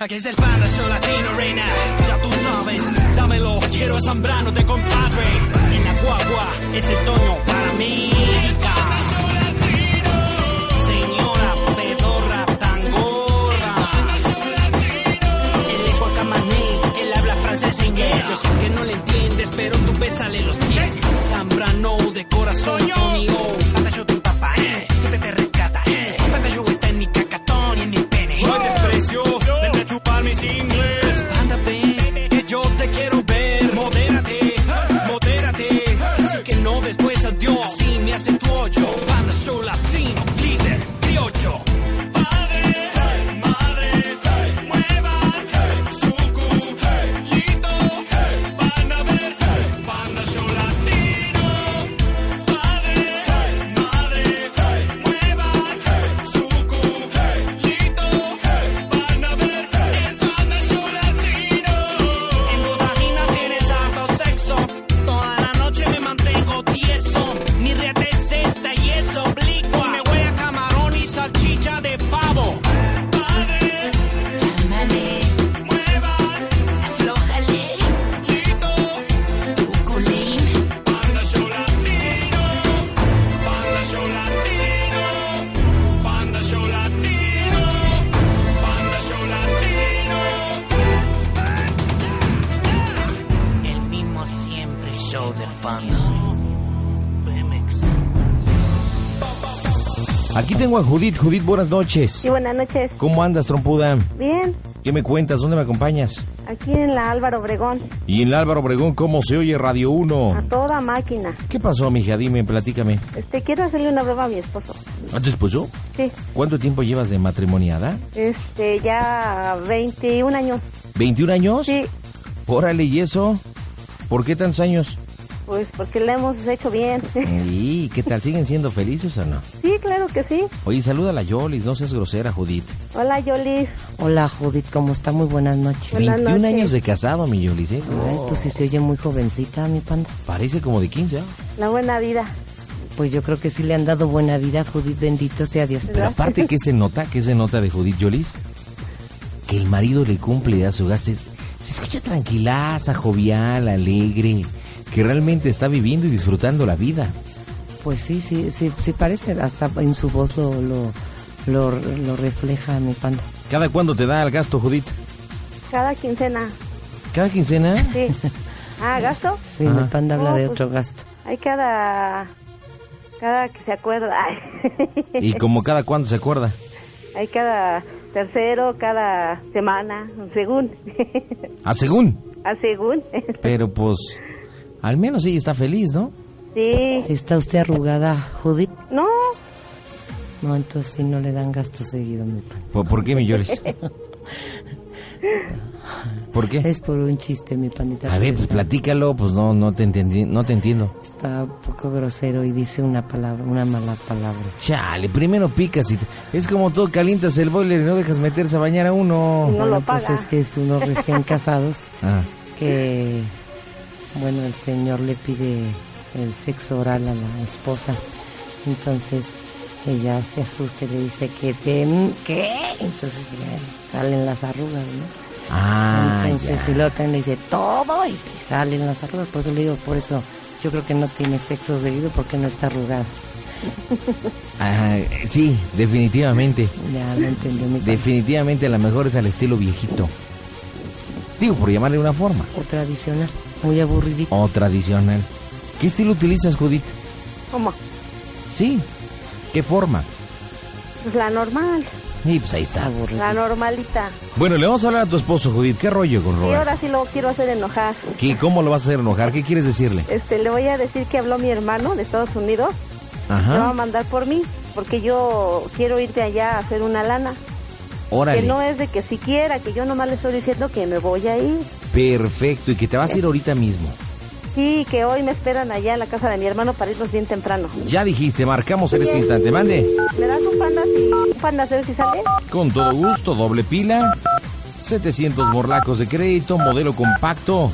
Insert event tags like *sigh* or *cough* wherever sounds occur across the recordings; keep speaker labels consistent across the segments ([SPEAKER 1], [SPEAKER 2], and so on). [SPEAKER 1] Aquí es el pana, yo latino, reina. Ya tú sabes, dámelo. Quiero a Zambrano de compadre. En la guagua es el toño para mí. Señora pedorra tan gorda. Él es guacamaní, él habla francés e inglés. Yo sé que no le entiendes, pero tú pésale los pies. Zambrano de corazón, Antonio. Hasta yo tu papá, eh. Siempre te rescata, eh. Hasta yo está en mi cacatón y en mi pene.
[SPEAKER 2] No hay desprecio, vente a chupar mis ingles.
[SPEAKER 1] Anda, ven, que eh, yo te quiero ver. Modérate, modérate. Así que no pues después adiós. Así me hace tu hoyo. Banda soy latino, líder, criollo. Padre, madre, muevan su culito. Van a ver, banda show latino. Padre, madre, muevan su culito. Van a ver, banda show latino. En tus vaginas tienes harto sexo. Toda la noche me mantengo tieso. Mi red es esta y es oblicua. Me voy a camarón y salchicha de pavo. Padre,
[SPEAKER 3] Llámale,
[SPEAKER 1] muevan,
[SPEAKER 3] aflójale
[SPEAKER 1] lito.
[SPEAKER 3] tu culín.
[SPEAKER 1] Panda show latino. Panda show latino. Panda show latino. Panda show latino. El mismo siempre show del panda. Remix.
[SPEAKER 4] Aquí tengo a Judith. Judith, buenas noches.
[SPEAKER 5] Sí, buenas noches.
[SPEAKER 4] ¿Cómo andas, trompuda?
[SPEAKER 5] Bien,
[SPEAKER 4] ¿Qué me cuentas? ¿Dónde me acompañas?
[SPEAKER 5] aquí en la Álvaro Obregón,
[SPEAKER 4] Y en Álvaro Obregón, ¿cómo se oye Radio
[SPEAKER 5] a
[SPEAKER 4] 1?
[SPEAKER 5] toda máquina.
[SPEAKER 4] ¿Qué pasó, mija? Dime, platícame.
[SPEAKER 5] Este, quiero hacerle una broma a mi esposo.
[SPEAKER 4] ¿A tu esposo?
[SPEAKER 5] Sí,
[SPEAKER 4] ¿Cuánto tiempo llevas de matrimoniada?
[SPEAKER 5] este, ya 21 años.
[SPEAKER 4] ¿21 años?
[SPEAKER 5] Sí,
[SPEAKER 4] Órale, ¿y eso? ¿Por qué tantos años?
[SPEAKER 5] pues porque la hemos hecho bien. *laughs*
[SPEAKER 4] ¿Y qué tal? ¿Siguen siendo felices o no?
[SPEAKER 5] Sí, claro que sí.
[SPEAKER 4] Oye, saluda a la Yolis, no seas grosera, Judith.
[SPEAKER 5] Hola, Yolis.
[SPEAKER 6] Hola Judith, ¿cómo está? Muy buenas noches.
[SPEAKER 5] Buenas
[SPEAKER 4] 21
[SPEAKER 5] noches.
[SPEAKER 4] años de casado, mi Yolis, ¿eh?
[SPEAKER 6] Ay, pues sí se oye muy jovencita, mi panda.
[SPEAKER 4] Parece como de 15, ¿ah?
[SPEAKER 5] La buena vida.
[SPEAKER 6] Pues yo creo que sí le han dado buena vida a Judith, bendito sea Dios.
[SPEAKER 4] Pero aparte, ¿qué se nota? ¿Qué se nota de Judith Yolis? Que el marido le cumple a su gasto. Se escucha tranquilaza, jovial, alegre. Que realmente está viviendo y disfrutando la vida.
[SPEAKER 6] Pues sí, sí, sí, sí parece, hasta en su voz lo, lo, lo, lo refleja mi panda.
[SPEAKER 4] ¿Cada cuándo te da el gasto, Judith?
[SPEAKER 5] Cada quincena.
[SPEAKER 4] ¿Cada quincena?
[SPEAKER 5] Sí. Ah, gasto.
[SPEAKER 6] Sí, mi panda habla
[SPEAKER 5] No,
[SPEAKER 6] de
[SPEAKER 5] pues-
[SPEAKER 6] otro gasto.
[SPEAKER 5] Hay cada. Cada que se acuerda. *laughs* Ay.
[SPEAKER 4] ¿Y como cada cuándo se acuerda?
[SPEAKER 5] Hay cada tercero, cada semana, según. *laughs*
[SPEAKER 4] A Ah, según.
[SPEAKER 5] A según. *laughs*
[SPEAKER 4] Pero pues, al menos ella está feliz, ¿no?
[SPEAKER 5] Sí.
[SPEAKER 6] ¿Está usted arrugada, Judith?
[SPEAKER 5] No,
[SPEAKER 6] No, entonces sí no le dan gasto seguido, mi panda.
[SPEAKER 4] ¿Por, por qué me llores? ¿Por qué?
[SPEAKER 6] Es por un chiste, mi pandita.
[SPEAKER 4] A ver, pues
[SPEAKER 6] Está-
[SPEAKER 4] platícalo, pues no, no te entendí, no te entiendo.
[SPEAKER 6] Está un poco grosero y dice una palabra, una mala palabra.
[SPEAKER 4] Chale, primero picas y te- es como todo calientas el boiler y no dejas meterse a bañar a uno.
[SPEAKER 5] No lo
[SPEAKER 6] pues
[SPEAKER 5] paga.
[SPEAKER 6] es que es unos
[SPEAKER 5] *laughs*
[SPEAKER 6] recién casados
[SPEAKER 4] Ah,
[SPEAKER 6] que, bueno, el señor le pide el sexo oral a la esposa. Entonces ella se asusta y le dice que te... ¿Qué? Entonces ya salen las arrugas, ¿no?
[SPEAKER 4] ah
[SPEAKER 6] Entonces
[SPEAKER 4] ya.
[SPEAKER 6] y luego también le dice todo y le salen las arrugas. Por eso le digo, por eso yo creo que no tiene sexo seguido porque no está arrugada.
[SPEAKER 4] Ah, sí, definitivamente.
[SPEAKER 6] Ya lo entendió mi papá.
[SPEAKER 4] Definitivamente la mejor es al estilo viejito. Digo, por llamarle una forma.
[SPEAKER 6] O tradicional, muy aburridito.
[SPEAKER 4] O tradicional. ¿Qué estilo utilizas, Judith?
[SPEAKER 5] ¿cómo?
[SPEAKER 4] Sí. ¿Qué forma?
[SPEAKER 5] Pues la normal,
[SPEAKER 4] Y pues ahí está.
[SPEAKER 6] Aburrido.
[SPEAKER 5] la normalita.
[SPEAKER 4] Bueno, le vamos a hablar a tu esposo, Judith. ¿Qué rollo con
[SPEAKER 5] Y
[SPEAKER 4] Robert?
[SPEAKER 5] ahora sí lo quiero hacer enojar.
[SPEAKER 4] ¿Qué, ¿Cómo lo vas a hacer enojar? ¿Qué quieres decirle?
[SPEAKER 5] Este, le voy a decir que habló mi hermano de Estados Unidos. Te va a
[SPEAKER 4] Ajá.
[SPEAKER 5] mandar por mí, porque yo quiero irte allá a hacer una lana.
[SPEAKER 4] Órale.
[SPEAKER 5] Que no es de que siquiera, que yo nomás le estoy diciendo que me voy a ir.
[SPEAKER 4] Perfecto. Y que te vas a ir ahorita mismo.
[SPEAKER 5] Sí, que hoy me esperan allá en la casa de mi hermano para irnos bien temprano.
[SPEAKER 4] Ya dijiste, marcamos en este instante. Mande.
[SPEAKER 5] ¿Me das un panda si, un panda a ver si sale?
[SPEAKER 4] Con todo gusto, doble pila. 700 morlacos de crédito, modelo compacto.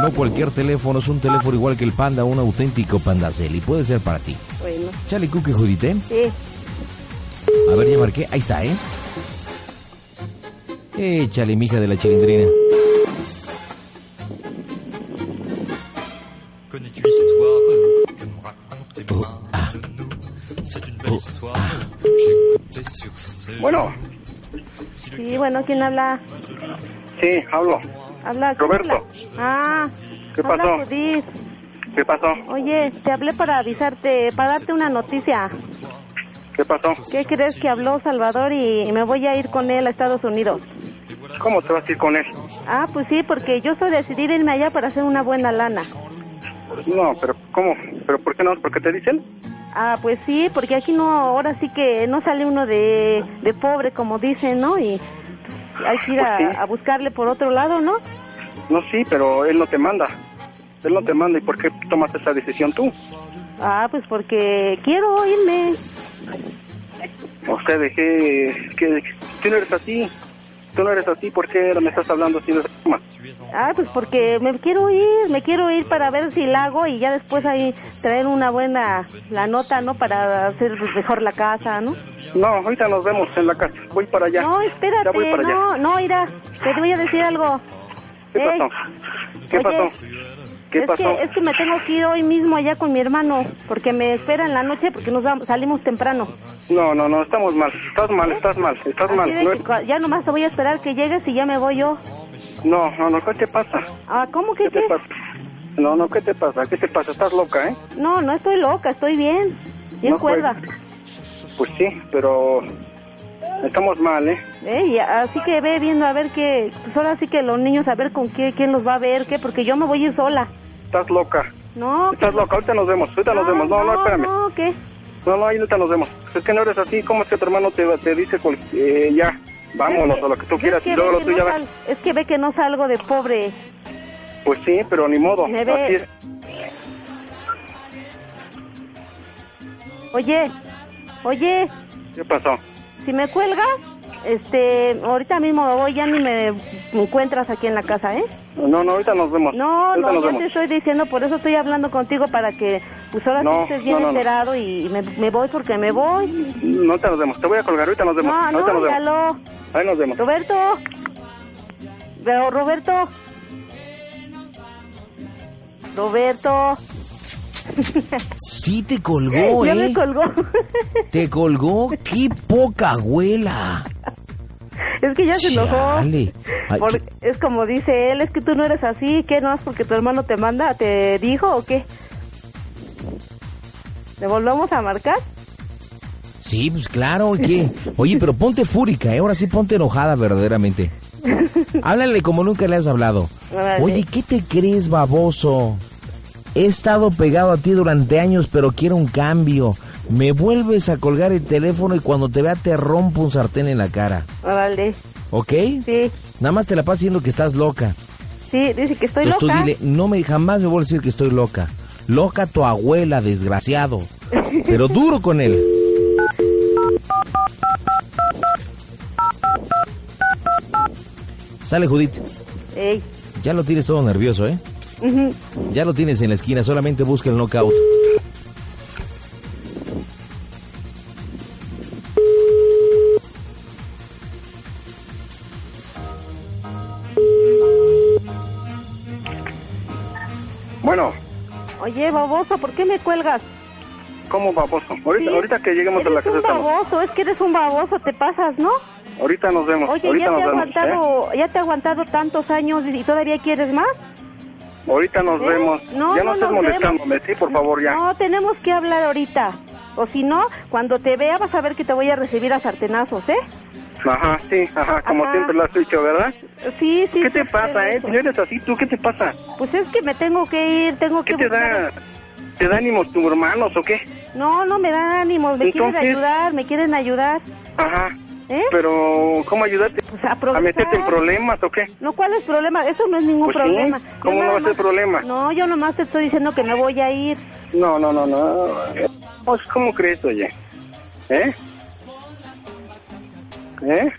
[SPEAKER 4] No cualquier teléfono, es un teléfono igual que el Panda, un auténtico Pandacel. Y puede ser para ti.
[SPEAKER 5] Bueno,
[SPEAKER 4] Chale, Cookie Judith, ¿eh?
[SPEAKER 5] sí.
[SPEAKER 4] A ver, ya marqué. Ahí está, ¿eh? Échale, mija de la chilindrina.
[SPEAKER 7] Connais-tu l'histoire que me raconte les
[SPEAKER 4] Oh,
[SPEAKER 7] grands
[SPEAKER 4] ah.
[SPEAKER 7] de nous C'est une belle
[SPEAKER 4] Oh,
[SPEAKER 7] histoire j'écoutais sur ce...
[SPEAKER 8] Bueno,
[SPEAKER 7] Si le
[SPEAKER 5] Sí, bueno, ¿quién habla?
[SPEAKER 8] sí, hablo.
[SPEAKER 5] Habla
[SPEAKER 8] Roberto.
[SPEAKER 5] Ah,
[SPEAKER 8] ¿Qué
[SPEAKER 5] habla
[SPEAKER 8] pasó?
[SPEAKER 5] Judith.
[SPEAKER 8] ¿Qué pasó?
[SPEAKER 5] Oye, te hablé para avisarte, para darte una noticia.
[SPEAKER 8] ¿Qué pasó?
[SPEAKER 5] ¿Qué crees que habló Salvador y me voy a ir con él a Estados Unidos?
[SPEAKER 8] ¿Cómo te vas a ir con él?
[SPEAKER 5] Ah, pues sí, porque yo estoy decidida irme allá para hacer una buena lana.
[SPEAKER 8] No, pero ¿cómo? ¿Pero por qué no? ¿Por qué te dicen?
[SPEAKER 5] Ah, pues sí, porque aquí no, ahora sí que no sale uno de, de pobre, como dicen, ¿no? Y hay que ir
[SPEAKER 8] Pues sí.
[SPEAKER 5] a, a buscarle por otro lado, ¿no?
[SPEAKER 8] No, sí, pero él no te manda. Él no te manda. ¿Y por qué tomas esa decisión tú?
[SPEAKER 5] Ah, pues porque quiero irme.
[SPEAKER 8] O sea, de qué... qué- tú no eres así. Tú no eres así. ¿Por qué me estás hablando así de esa forma?
[SPEAKER 5] Ah, pues porque me quiero ir, me quiero ir para ver si la hago y ya después ahí traer una buena, la nota, ¿no? Para hacer pues, mejor la casa, ¿no?
[SPEAKER 8] No, ahorita nos vemos en la casa. Voy para allá.
[SPEAKER 5] No,
[SPEAKER 8] Ya voy
[SPEAKER 5] espérate,
[SPEAKER 8] para allá.
[SPEAKER 5] no, no, mira, te voy a decir algo.
[SPEAKER 8] ¿Qué
[SPEAKER 5] Ey,
[SPEAKER 8] pasó? ¿Qué
[SPEAKER 5] Oye,
[SPEAKER 8] pasó? ¿Qué
[SPEAKER 5] es
[SPEAKER 8] pasó?
[SPEAKER 5] Que, es que me tengo que ir hoy mismo allá con mi hermano, porque me espera en la noche, porque nos vamos- salimos temprano.
[SPEAKER 8] No, no, no, estamos mal. Estás mal, estás mal, estás
[SPEAKER 5] Así
[SPEAKER 8] mal.
[SPEAKER 5] de
[SPEAKER 8] No,
[SPEAKER 5] que cua- ya nomás te voy a esperar que llegues y ya me voy yo.
[SPEAKER 8] no, no, no, ¿qué te pasa?
[SPEAKER 5] Ah, ¿cómo que
[SPEAKER 8] ¿Qué
[SPEAKER 5] qué?
[SPEAKER 8] te pasa? No, no, ¿qué te pasa? ¿Qué te pasa? Estás loca, ¿eh?
[SPEAKER 5] No, no estoy loca, estoy bien. Bien
[SPEAKER 8] No
[SPEAKER 5] cuerda.
[SPEAKER 8] Pues sí, pero estamos mal, ¿eh?
[SPEAKER 5] Ey, así que ve viendo a ver qué. Pues ahora sí que los niños a ver con qué, quién los va a ver, qué, porque yo me voy a ir sola.
[SPEAKER 8] Estás loca.
[SPEAKER 5] No,
[SPEAKER 8] Estás loca, ahorita nos vemos, ahorita nos vemos. No, no, espérame.
[SPEAKER 5] No, ¿qué?
[SPEAKER 8] No, no, ahorita nos vemos. Es que no eres así, ¿cómo es que tu hermano te, te dice cual- eh, ya, vámonos o lo que tú
[SPEAKER 5] Es
[SPEAKER 8] quieras y
[SPEAKER 5] ve
[SPEAKER 8] luego lo
[SPEAKER 5] que
[SPEAKER 8] tú
[SPEAKER 5] no
[SPEAKER 8] ya ves?
[SPEAKER 5] sal- Es que ve que no salgo de pobre.
[SPEAKER 8] Pues sí, pero ni modo.
[SPEAKER 5] Me ve-
[SPEAKER 8] Así es.
[SPEAKER 5] Oye, oye,
[SPEAKER 8] ¿Qué pasó?
[SPEAKER 5] si me cuelgas, este, ahorita mismo me voy, ya ni me encuentras aquí en la casa, ¿eh?
[SPEAKER 8] No, no, ahorita nos vemos.
[SPEAKER 5] No,
[SPEAKER 8] ahorita
[SPEAKER 5] no,
[SPEAKER 8] nos
[SPEAKER 5] ya
[SPEAKER 8] vemos.
[SPEAKER 5] te estoy diciendo, por eso estoy hablando contigo para que pues ahora sí
[SPEAKER 8] No,
[SPEAKER 5] estés bien
[SPEAKER 8] no, no, no.
[SPEAKER 5] enterado y me, me voy porque me voy.
[SPEAKER 8] No te nos vemos, te voy a colgar, ahorita nos vemos.
[SPEAKER 5] No,
[SPEAKER 8] ahorita nos
[SPEAKER 5] no,
[SPEAKER 8] vemos.
[SPEAKER 5] míralo.
[SPEAKER 8] Ahí nos vemos.
[SPEAKER 5] Roberto. Veo, Roberto. Roberto.
[SPEAKER 4] Sí te colgó,
[SPEAKER 5] ya
[SPEAKER 4] ¿eh?
[SPEAKER 5] me colgó. *laughs*
[SPEAKER 4] Te colgó. ¡Qué poca abuela!
[SPEAKER 5] es que ya se enojó.
[SPEAKER 4] Chale. Ay,
[SPEAKER 5] Por-
[SPEAKER 4] qué-
[SPEAKER 5] es como dice él, es que tú no eres así, ¿qué? ¿No es porque tu hermano te manda, te dijo o qué? ¿Le volvemos a marcar?
[SPEAKER 4] Sí, pues claro, ¿qué? Oye, pero ponte fúrica, ¿eh? Ahora sí ponte enojada verdaderamente. Háblale como nunca le has hablado.
[SPEAKER 5] Órale.
[SPEAKER 4] Oye, ¿qué te crees, baboso? He estado pegado a ti durante años, pero quiero un cambio. Me vuelves a colgar el teléfono y cuando te vea te rompo un sartén en la cara.
[SPEAKER 5] Vale,
[SPEAKER 4] ¿Ok?
[SPEAKER 5] sí,
[SPEAKER 4] Nada más te la pasas diciendo que estás loca.
[SPEAKER 5] sí, dice que estoy
[SPEAKER 4] Entonces
[SPEAKER 5] loca.
[SPEAKER 4] tú dile, no me, jamás me voy a decir que estoy loca. Loca tu abuela, desgraciado. Pero duro con él. Sale Judith.
[SPEAKER 5] Ey,
[SPEAKER 4] Ya lo tienes todo nervioso, ¿eh?
[SPEAKER 5] ujú.
[SPEAKER 4] Ya lo tienes en la esquina, solamente busca el knockout.
[SPEAKER 8] Bueno,
[SPEAKER 5] Oye, baboso, ¿por qué me cuelgas?
[SPEAKER 8] ¿cómo baboso? Ahorita,
[SPEAKER 5] Sí.
[SPEAKER 8] ahorita que lleguemos a la
[SPEAKER 5] Eres
[SPEAKER 8] casa
[SPEAKER 5] un
[SPEAKER 8] estamos.
[SPEAKER 5] baboso, es que eres un baboso, te pasas, ¿no?
[SPEAKER 8] Ahorita nos vemos.
[SPEAKER 5] Oye,
[SPEAKER 8] ahorita
[SPEAKER 5] ya te,
[SPEAKER 8] nos
[SPEAKER 5] ha
[SPEAKER 8] vemos. ¿eh?
[SPEAKER 5] aguantado, ya te ha aguantado tantos años y y todavía quieres más.
[SPEAKER 8] Ahorita nos
[SPEAKER 5] ¿eh?
[SPEAKER 8] vemos.
[SPEAKER 5] No, no
[SPEAKER 8] ya no, estés
[SPEAKER 5] nos
[SPEAKER 8] molestándome,
[SPEAKER 5] vemos.
[SPEAKER 8] sí, por favor, ya.
[SPEAKER 5] No, tenemos que hablar ahorita. O si no, cuando te vea vas a ver que te voy a recibir a sartenazos, ¿eh?
[SPEAKER 8] Ajá, sí, ajá, como
[SPEAKER 5] Ajá.
[SPEAKER 8] siempre lo has dicho, ¿verdad?
[SPEAKER 5] Sí, sí. sí,
[SPEAKER 8] ¿Qué te pasa, eh?
[SPEAKER 5] eso.
[SPEAKER 8] Si no eres así, ¿tú qué te pasa?
[SPEAKER 5] Pues es que me tengo que ir, tengo
[SPEAKER 8] ¿Qué
[SPEAKER 5] que...
[SPEAKER 8] te
[SPEAKER 5] buscar-
[SPEAKER 8] da? ¿Te da ánimos tus hermanos o qué?
[SPEAKER 5] No, no me dan ánimos, me
[SPEAKER 8] Entonces-
[SPEAKER 5] quieren ayudar, me quieren ayudar,
[SPEAKER 8] Ajá.
[SPEAKER 5] ¿eh?
[SPEAKER 8] Pero, ¿cómo ayudarte?
[SPEAKER 5] Pues
[SPEAKER 8] ¿A
[SPEAKER 5] aprovechar.
[SPEAKER 8] meterte en problemas o qué?
[SPEAKER 5] No, ¿cuál es problema? Eso no es ningún
[SPEAKER 8] Pues sí,
[SPEAKER 5] problema. Yo
[SPEAKER 8] ¿cómo no
[SPEAKER 5] nada
[SPEAKER 8] va a ser
[SPEAKER 5] más-
[SPEAKER 8] problema?
[SPEAKER 5] No, yo nomás te estoy diciendo que me voy a ir.
[SPEAKER 8] No, no, no, no. Pues, ¿cómo crees, oye? ¿Eh? ¿Eh?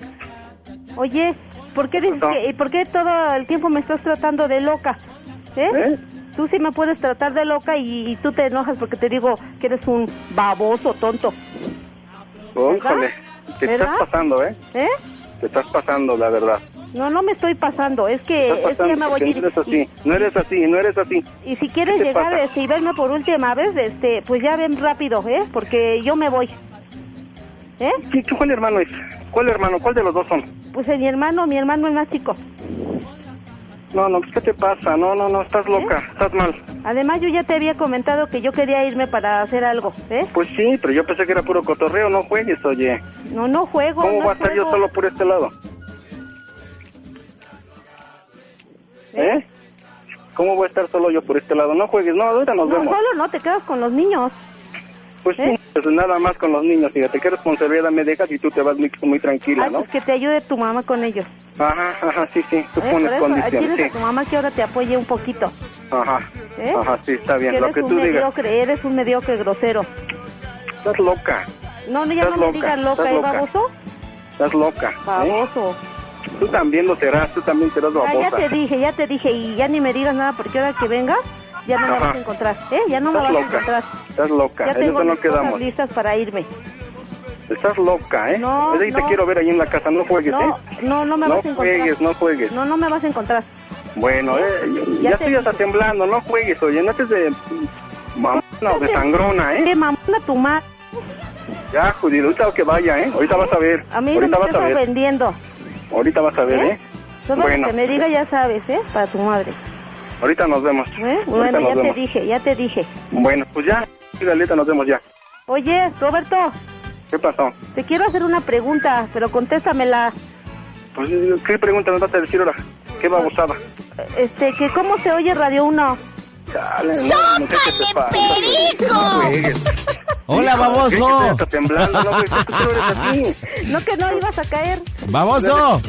[SPEAKER 5] Oye, ¿por qué dices
[SPEAKER 8] No.
[SPEAKER 5] que- y por qué todo el tiempo me estás tratando de loca? ¿Eh?
[SPEAKER 8] ¿Eh?
[SPEAKER 5] Tú sí me puedes tratar de loca y, y tú te enojas porque te digo que eres un baboso tonto,
[SPEAKER 8] Ójole, te
[SPEAKER 5] ¿Verdad?
[SPEAKER 8] estás pasando, ¿eh?
[SPEAKER 5] ¿eh?
[SPEAKER 8] Te estás pasando, la verdad.
[SPEAKER 5] No, no me estoy pasando, es que,
[SPEAKER 8] Estás
[SPEAKER 5] Eh, es que ya me
[SPEAKER 8] pasando,
[SPEAKER 5] voy a
[SPEAKER 8] porque
[SPEAKER 5] ir.
[SPEAKER 8] no eres así, no eres así, no eres así.
[SPEAKER 5] Y si quieres
[SPEAKER 8] ¿Qué te
[SPEAKER 5] llegar
[SPEAKER 8] pasa?
[SPEAKER 5] este, y verme por última vez, este, pues ya ven rápido, ¿eh? Porque yo me voy. ¿Eh?
[SPEAKER 8] ¿Qué- qué- ¿Cuál hermano es? ¿Cuál hermano? ¿Cuál de los dos son?
[SPEAKER 5] Pues eh, mi hermano, mi hermano es más chico.
[SPEAKER 8] No, no, pues, ¿qué te pasa? No, no, no,
[SPEAKER 5] ¿Eh?
[SPEAKER 8] estás loca, estás mal.
[SPEAKER 5] Además, yo ya te había comentado que yo quería irme para hacer algo, ¿eh?
[SPEAKER 8] Pues sí, pero yo pensé que era puro cotorreo, no juegues, oye.
[SPEAKER 5] No, no juego.
[SPEAKER 8] ¿Cómo
[SPEAKER 5] no
[SPEAKER 8] voy a estar yo
[SPEAKER 5] juego.
[SPEAKER 8] solo por este lado? ¿Eh? ¿Cómo voy a estar solo yo por este lado? No juegues, no, ahorita nos
[SPEAKER 5] No,
[SPEAKER 8] vemos.
[SPEAKER 5] solo no, te quedas con los niños.
[SPEAKER 8] Pues sí,
[SPEAKER 5] ¿Eh?
[SPEAKER 8] pues nada más con los niños, fíjate, qué responsabilidad me dejas y tú te vas muy, muy tranquila,
[SPEAKER 5] Ay,
[SPEAKER 8] ¿no?
[SPEAKER 5] pues que te ayude tu mamá con ellos.
[SPEAKER 8] Ajá, ajá, sí, sí, tú
[SPEAKER 5] ¿eh?
[SPEAKER 8] pones
[SPEAKER 5] Por eso, ahí
[SPEAKER 8] condiciones,
[SPEAKER 5] tienes a
[SPEAKER 8] sí.
[SPEAKER 5] tu mamá que ahora te apoye un poquito.
[SPEAKER 8] Ajá,
[SPEAKER 5] ¿Eh?
[SPEAKER 8] ajá, sí, está bien, lo
[SPEAKER 5] eres
[SPEAKER 8] que
[SPEAKER 5] un
[SPEAKER 8] tú digas.
[SPEAKER 5] mediocre, eres un mediocre grosero.
[SPEAKER 8] Estás loca,
[SPEAKER 5] No, no, ya
[SPEAKER 8] Estás
[SPEAKER 5] no me
[SPEAKER 8] loca,
[SPEAKER 5] digas loca,
[SPEAKER 8] estás
[SPEAKER 5] ¿eh,
[SPEAKER 8] loca.
[SPEAKER 5] baboso?
[SPEAKER 8] estás loca. ¿eh?
[SPEAKER 5] Baboso.
[SPEAKER 8] Tú también lo serás, tú también serás
[SPEAKER 5] Ah, ya
[SPEAKER 8] babosa.
[SPEAKER 5] te dije, ya te dije, y ya ni me digas nada, porque ahora que venga, ya no me
[SPEAKER 8] Ajá.
[SPEAKER 5] vas a encontrar, ¿eh? Ya no me
[SPEAKER 8] Estás
[SPEAKER 5] vas a
[SPEAKER 8] loca,
[SPEAKER 5] encontrar.
[SPEAKER 8] estás loca,
[SPEAKER 5] Ya
[SPEAKER 8] en
[SPEAKER 5] tengo
[SPEAKER 8] eso no
[SPEAKER 5] mis cosas
[SPEAKER 8] quedamos.
[SPEAKER 5] listas para irme.
[SPEAKER 8] Estás loca, ¿eh?
[SPEAKER 5] No,
[SPEAKER 8] Desde ahí te
[SPEAKER 5] no.
[SPEAKER 8] quiero ver ahí en la casa, no juegues, ¿eh?
[SPEAKER 5] No, no, no me
[SPEAKER 8] No
[SPEAKER 5] vas a encontrar.
[SPEAKER 8] juegues, no juegues.
[SPEAKER 5] No, no me vas a encontrar.
[SPEAKER 8] Bueno, eh, ya,
[SPEAKER 5] Ya te
[SPEAKER 8] estoy hasta
[SPEAKER 5] dije.
[SPEAKER 8] temblando, no juegues, oye, no estés de mamona o de sangrona,
[SPEAKER 5] Qué
[SPEAKER 8] ¿eh?
[SPEAKER 5] mamona tu madre.
[SPEAKER 8] Ya, Judith, ahorita que vaya, ¿eh? Ahorita vas a ver,
[SPEAKER 5] A mí no me
[SPEAKER 8] ahorita vas a
[SPEAKER 5] estás
[SPEAKER 8] ver,
[SPEAKER 5] vendiendo.
[SPEAKER 8] ahorita vas a ver,
[SPEAKER 5] ¿Eh?
[SPEAKER 8] ¿eh?
[SPEAKER 5] Todo
[SPEAKER 8] Bueno.
[SPEAKER 5] lo que me diga ya sabes, ¿eh? Para tu madre.
[SPEAKER 8] Ahorita nos vemos.
[SPEAKER 5] ¿eh?
[SPEAKER 8] Ahorita
[SPEAKER 5] Bueno,
[SPEAKER 8] nos
[SPEAKER 5] ya te
[SPEAKER 8] vemos.
[SPEAKER 5] dije, ya te dije.
[SPEAKER 8] Bueno, pues ya, Galeta, nos vemos ya.
[SPEAKER 5] Oye, Roberto,
[SPEAKER 8] ¿Qué pasó?
[SPEAKER 5] te quiero hacer una pregunta, pero contéstamela.
[SPEAKER 8] Pues, ¿qué pregunta nos vas a decir ahora? ¿Qué babosada?
[SPEAKER 5] Este, que ¿cómo se oye Radio 1?
[SPEAKER 8] Chale, no, no sé qué te pasa. No juegues.
[SPEAKER 4] ¡Hola,
[SPEAKER 8] Hijo, ¿crees que estoy
[SPEAKER 4] baboso!
[SPEAKER 8] hasta temblando, no juegues, tú eres así.
[SPEAKER 5] No, que no ibas a caer.
[SPEAKER 4] ¡Baboso!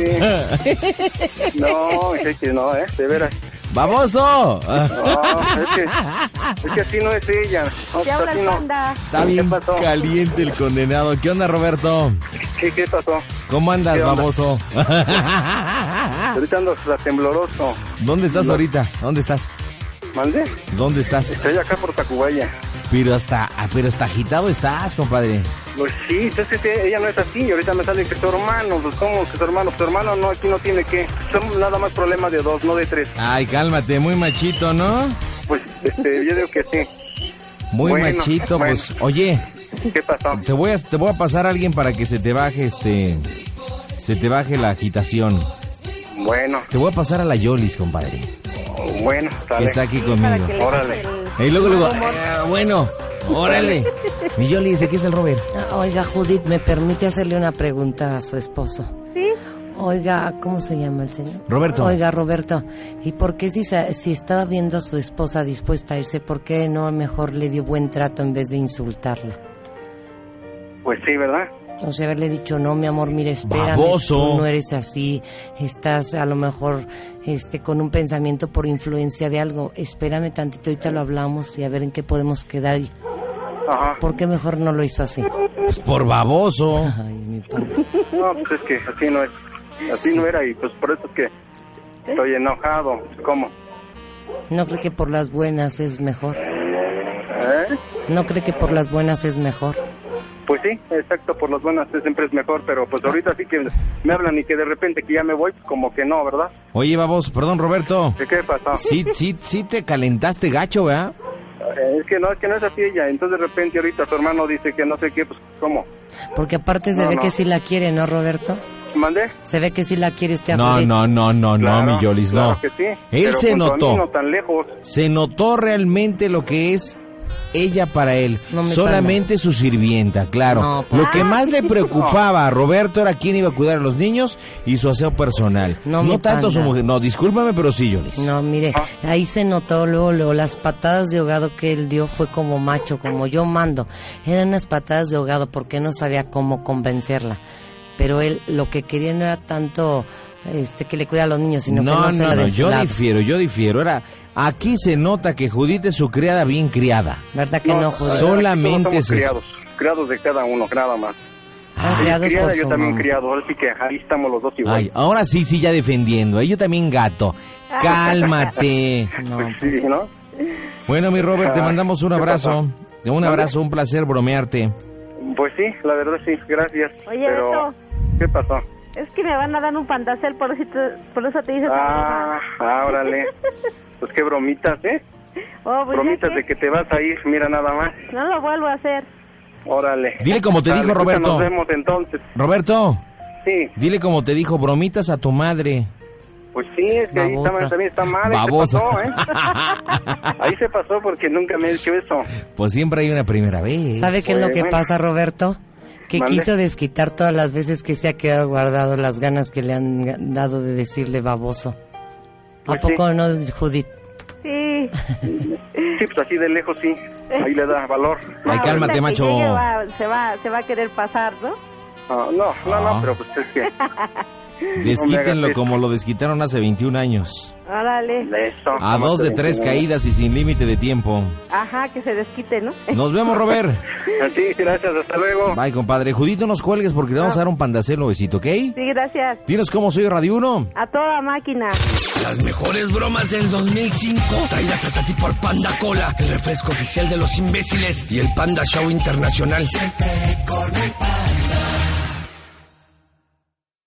[SPEAKER 8] No, es que no, ¿eh? De veras.
[SPEAKER 4] ¡Baboso!
[SPEAKER 8] No, es que, es que así no es ella. No,
[SPEAKER 5] Te
[SPEAKER 8] pues
[SPEAKER 5] habla
[SPEAKER 8] así
[SPEAKER 5] el
[SPEAKER 8] no.
[SPEAKER 5] panda.
[SPEAKER 4] Está
[SPEAKER 8] ¿Qué
[SPEAKER 4] bien
[SPEAKER 8] pasó?
[SPEAKER 4] caliente el condenado. ¿Qué onda, Roberto?
[SPEAKER 8] ¿Qué, qué pasó?
[SPEAKER 4] ¿Cómo andas,
[SPEAKER 8] ¿Qué onda?
[SPEAKER 4] baboso? *laughs*
[SPEAKER 8] Ahorita ando hasta tembloroso.
[SPEAKER 4] ¿Dónde estás ahorita? ¿Dónde estás?
[SPEAKER 8] ¿Mande?
[SPEAKER 4] ¿Dónde estás?
[SPEAKER 8] Estoy acá por Tacubaya.
[SPEAKER 4] Pero hasta, ah, pero hasta agitado estás, compadre.
[SPEAKER 8] Pues sí, entonces eh, ella no es así. Y ahorita me sale que tu hermano, pues ¿cómo que tu hermano? Tu hermano no, aquí no tiene que. Somos nada más problemas de dos, no de tres.
[SPEAKER 4] Ay, cálmate, muy machito, ¿no?
[SPEAKER 8] Pues este, yo digo que sí.
[SPEAKER 4] Muy
[SPEAKER 8] Bueno,
[SPEAKER 4] machito,
[SPEAKER 8] bueno.
[SPEAKER 4] pues. Oye,
[SPEAKER 8] ¿Qué pasó?
[SPEAKER 4] te voy a, te voy a pasar a alguien para que se te baje este. Se te baje la agitación.
[SPEAKER 8] Bueno,
[SPEAKER 4] Te voy a pasar a la Yolis, compadre.
[SPEAKER 8] bueno,
[SPEAKER 4] Que
[SPEAKER 8] sale.
[SPEAKER 4] está aquí conmigo.
[SPEAKER 5] que le
[SPEAKER 8] Órale.
[SPEAKER 4] Y luego, luego, eh, bueno,
[SPEAKER 5] *laughs*
[SPEAKER 4] órale. Mi Yolis, aquí es el Robert.
[SPEAKER 6] Ah, Oiga, Judith, ¿me permite hacerle una pregunta a su esposo?
[SPEAKER 5] Sí,
[SPEAKER 6] Oiga, ¿cómo se llama el señor?
[SPEAKER 4] Roberto.
[SPEAKER 6] Oiga, Roberto, ¿y por qué si, sa- si estaba viendo a su esposa dispuesta a irse, por qué no mejor le dio buen trato en vez de insultarla?
[SPEAKER 8] Pues sí, ¿verdad?
[SPEAKER 6] O sea, haberle dicho, no, mi amor, mira, espérame,
[SPEAKER 4] Baboso.
[SPEAKER 6] tú no eres así, estás a lo mejor este, con un pensamiento por influencia de algo, espérame tantito, ahorita lo hablamos y a ver en qué podemos quedar. y
[SPEAKER 8] Ajá.
[SPEAKER 6] ¿Por qué mejor no lo hizo así?
[SPEAKER 4] Pues por baboso.
[SPEAKER 6] Ay, mi padre.
[SPEAKER 8] No, pues es que así no es. Así no era y pues por eso es que estoy enojado. ¿Cómo?
[SPEAKER 6] ¿No cree que por las buenas es mejor?
[SPEAKER 8] ¿Eh?
[SPEAKER 6] ¿No cree que por las buenas es mejor?
[SPEAKER 8] Pues sí, exacto, por las buenas siempre es mejor, pero pues ahorita sí que me hablan y que de repente que ya me voy, pues como que no, ¿verdad?
[SPEAKER 4] Oye, baboso, perdón, Roberto.
[SPEAKER 8] ¿De qué pasa?
[SPEAKER 4] Sí, sí, sí te calentaste gacho, ¿verdad?
[SPEAKER 8] Eh, Es que no, es que no es así ella, entonces de repente ahorita su hermano dice que no sé qué, pues ¿cómo?
[SPEAKER 6] Porque aparte se
[SPEAKER 8] No,
[SPEAKER 6] ve
[SPEAKER 8] no.
[SPEAKER 6] que sí la quiere, ¿no, Roberto?
[SPEAKER 8] ¿Mandé?
[SPEAKER 6] Se ve que sí la quiere usted a
[SPEAKER 4] No,
[SPEAKER 6] Judith.
[SPEAKER 4] no, no, no,
[SPEAKER 8] Claro,
[SPEAKER 4] no, mi Yolis, no.
[SPEAKER 8] claro que sí,
[SPEAKER 4] Él
[SPEAKER 8] pero
[SPEAKER 4] se
[SPEAKER 8] junto a mí
[SPEAKER 4] notó.
[SPEAKER 8] no tan lejos.
[SPEAKER 4] Se notó realmente lo que es ella para él.
[SPEAKER 6] No, mi
[SPEAKER 4] Solamente su sirvienta, claro.
[SPEAKER 6] *laughs* No, pues.
[SPEAKER 4] lo que más le preocupaba a Roberto era quién iba a cuidar a los niños y su aseo personal.
[SPEAKER 6] No, mi
[SPEAKER 4] tanto su
[SPEAKER 6] panda.
[SPEAKER 4] mujer. No, discúlpame, pero sí, Yolis.
[SPEAKER 6] No, mire,
[SPEAKER 8] Ah.
[SPEAKER 6] ahí se notó luego, luego, las patadas de hogado que él dio fue como macho, como yo mando. Eran unas patadas de hogado porque no sabía cómo convencerla. Pero él lo que quería no era tanto este que le cuida a los niños, sino que no se la de su
[SPEAKER 4] yo
[SPEAKER 6] lado.
[SPEAKER 4] difiero, yo difiero. Ahora, aquí se nota que Judith es su criada bien criada.
[SPEAKER 6] ¿Verdad que no, Judith?
[SPEAKER 4] so-
[SPEAKER 8] aquí
[SPEAKER 4] Solamente
[SPEAKER 8] todos somos
[SPEAKER 4] se-
[SPEAKER 8] criados, criados de cada uno, nada más.
[SPEAKER 6] Ah,
[SPEAKER 8] Ella
[SPEAKER 6] criados
[SPEAKER 8] criada,
[SPEAKER 6] por
[SPEAKER 8] yo
[SPEAKER 6] su
[SPEAKER 8] también
[SPEAKER 6] mamá.
[SPEAKER 8] criado, así que ahí estamos los dos igual.
[SPEAKER 4] Ay, ahora sí, sí, ya defendiendo. Ay, Yo también gato. Cálmate.
[SPEAKER 8] *laughs*
[SPEAKER 6] No,
[SPEAKER 8] Pues sí, ¿no?
[SPEAKER 4] Bueno, mi Robert, te
[SPEAKER 8] Ay,
[SPEAKER 4] mandamos un
[SPEAKER 8] ¿qué
[SPEAKER 4] abrazo. Un
[SPEAKER 8] ¿Mande?
[SPEAKER 4] abrazo, un placer bromearte.
[SPEAKER 8] Pues sí, la verdad sí, gracias.
[SPEAKER 5] Oye,
[SPEAKER 8] pero...
[SPEAKER 5] Beto.
[SPEAKER 8] ¿Qué pasó?
[SPEAKER 5] Es que me van a dar un pandacel, por, eso te- por eso te dice.
[SPEAKER 8] Ah, ah,
[SPEAKER 5] *laughs*
[SPEAKER 8] órale. Pues qué bromitas, ¿eh?
[SPEAKER 5] Oh, pues ya
[SPEAKER 8] Bromitas
[SPEAKER 5] que-
[SPEAKER 8] de que te vas a ir, mira nada más.
[SPEAKER 5] No lo vuelvo a hacer.
[SPEAKER 8] Órale.
[SPEAKER 4] Dile como te
[SPEAKER 8] Dale,
[SPEAKER 4] dijo,
[SPEAKER 8] pues,
[SPEAKER 4] Roberto.
[SPEAKER 8] Nos vemos entonces.
[SPEAKER 4] Roberto,
[SPEAKER 8] Sí,
[SPEAKER 4] dile como te dijo, bromitas a tu madre.
[SPEAKER 8] pues sí, es que ahí está,
[SPEAKER 4] Babosa.
[SPEAKER 8] mal- también está mal. ahí se
[SPEAKER 4] Babosa.
[SPEAKER 8] pasó, ¿eh?
[SPEAKER 4] *laughs*
[SPEAKER 8] Ahí se pasó porque nunca me he hecho eso.
[SPEAKER 4] Pues siempre hay una primera vez.
[SPEAKER 6] ¿Sabe qué es lo que
[SPEAKER 8] Bueno.
[SPEAKER 6] pasa, Roberto? Que
[SPEAKER 8] Mande.
[SPEAKER 6] quiso desquitar todas las veces que se ha quedado guardado las ganas que le han ga- dado de decirle baboso. ¿A
[SPEAKER 8] Pues sí.
[SPEAKER 6] poco no, Judith?
[SPEAKER 5] Sí.
[SPEAKER 8] Sí, pues así de lejos sí. Ahí le da valor.
[SPEAKER 4] Ay,
[SPEAKER 5] No,
[SPEAKER 4] cálmate,
[SPEAKER 5] ahorita que
[SPEAKER 4] macho.
[SPEAKER 5] llegue va- se, va, se va a querer pasar, ¿no?
[SPEAKER 8] Ah, no, no,
[SPEAKER 4] Ah.
[SPEAKER 8] no, pero pues es
[SPEAKER 4] *laughs*
[SPEAKER 8] que. No me
[SPEAKER 4] Desquítenlo
[SPEAKER 8] hagas
[SPEAKER 4] como lo desquitaron hace 21 años.
[SPEAKER 5] Órale.
[SPEAKER 8] Eso,
[SPEAKER 4] A dos de tres caídas y sin límite de tiempo.
[SPEAKER 5] Ajá, que se desquite, ¿no?
[SPEAKER 4] Nos vemos, Robert.
[SPEAKER 8] Sí, gracias, hasta luego.
[SPEAKER 4] Bye, compadre. Judito, nos cuelgues porque le vamos a dar un pandacelo besito, ¿ok?
[SPEAKER 5] Sí, gracias.
[SPEAKER 4] Dinos cómo soy Radio 1.
[SPEAKER 5] A toda máquina.
[SPEAKER 1] Las mejores bromas del 2005 traídas hasta ti por Panda Cola, el refresco oficial de los imbéciles y el Panda Show Internacional.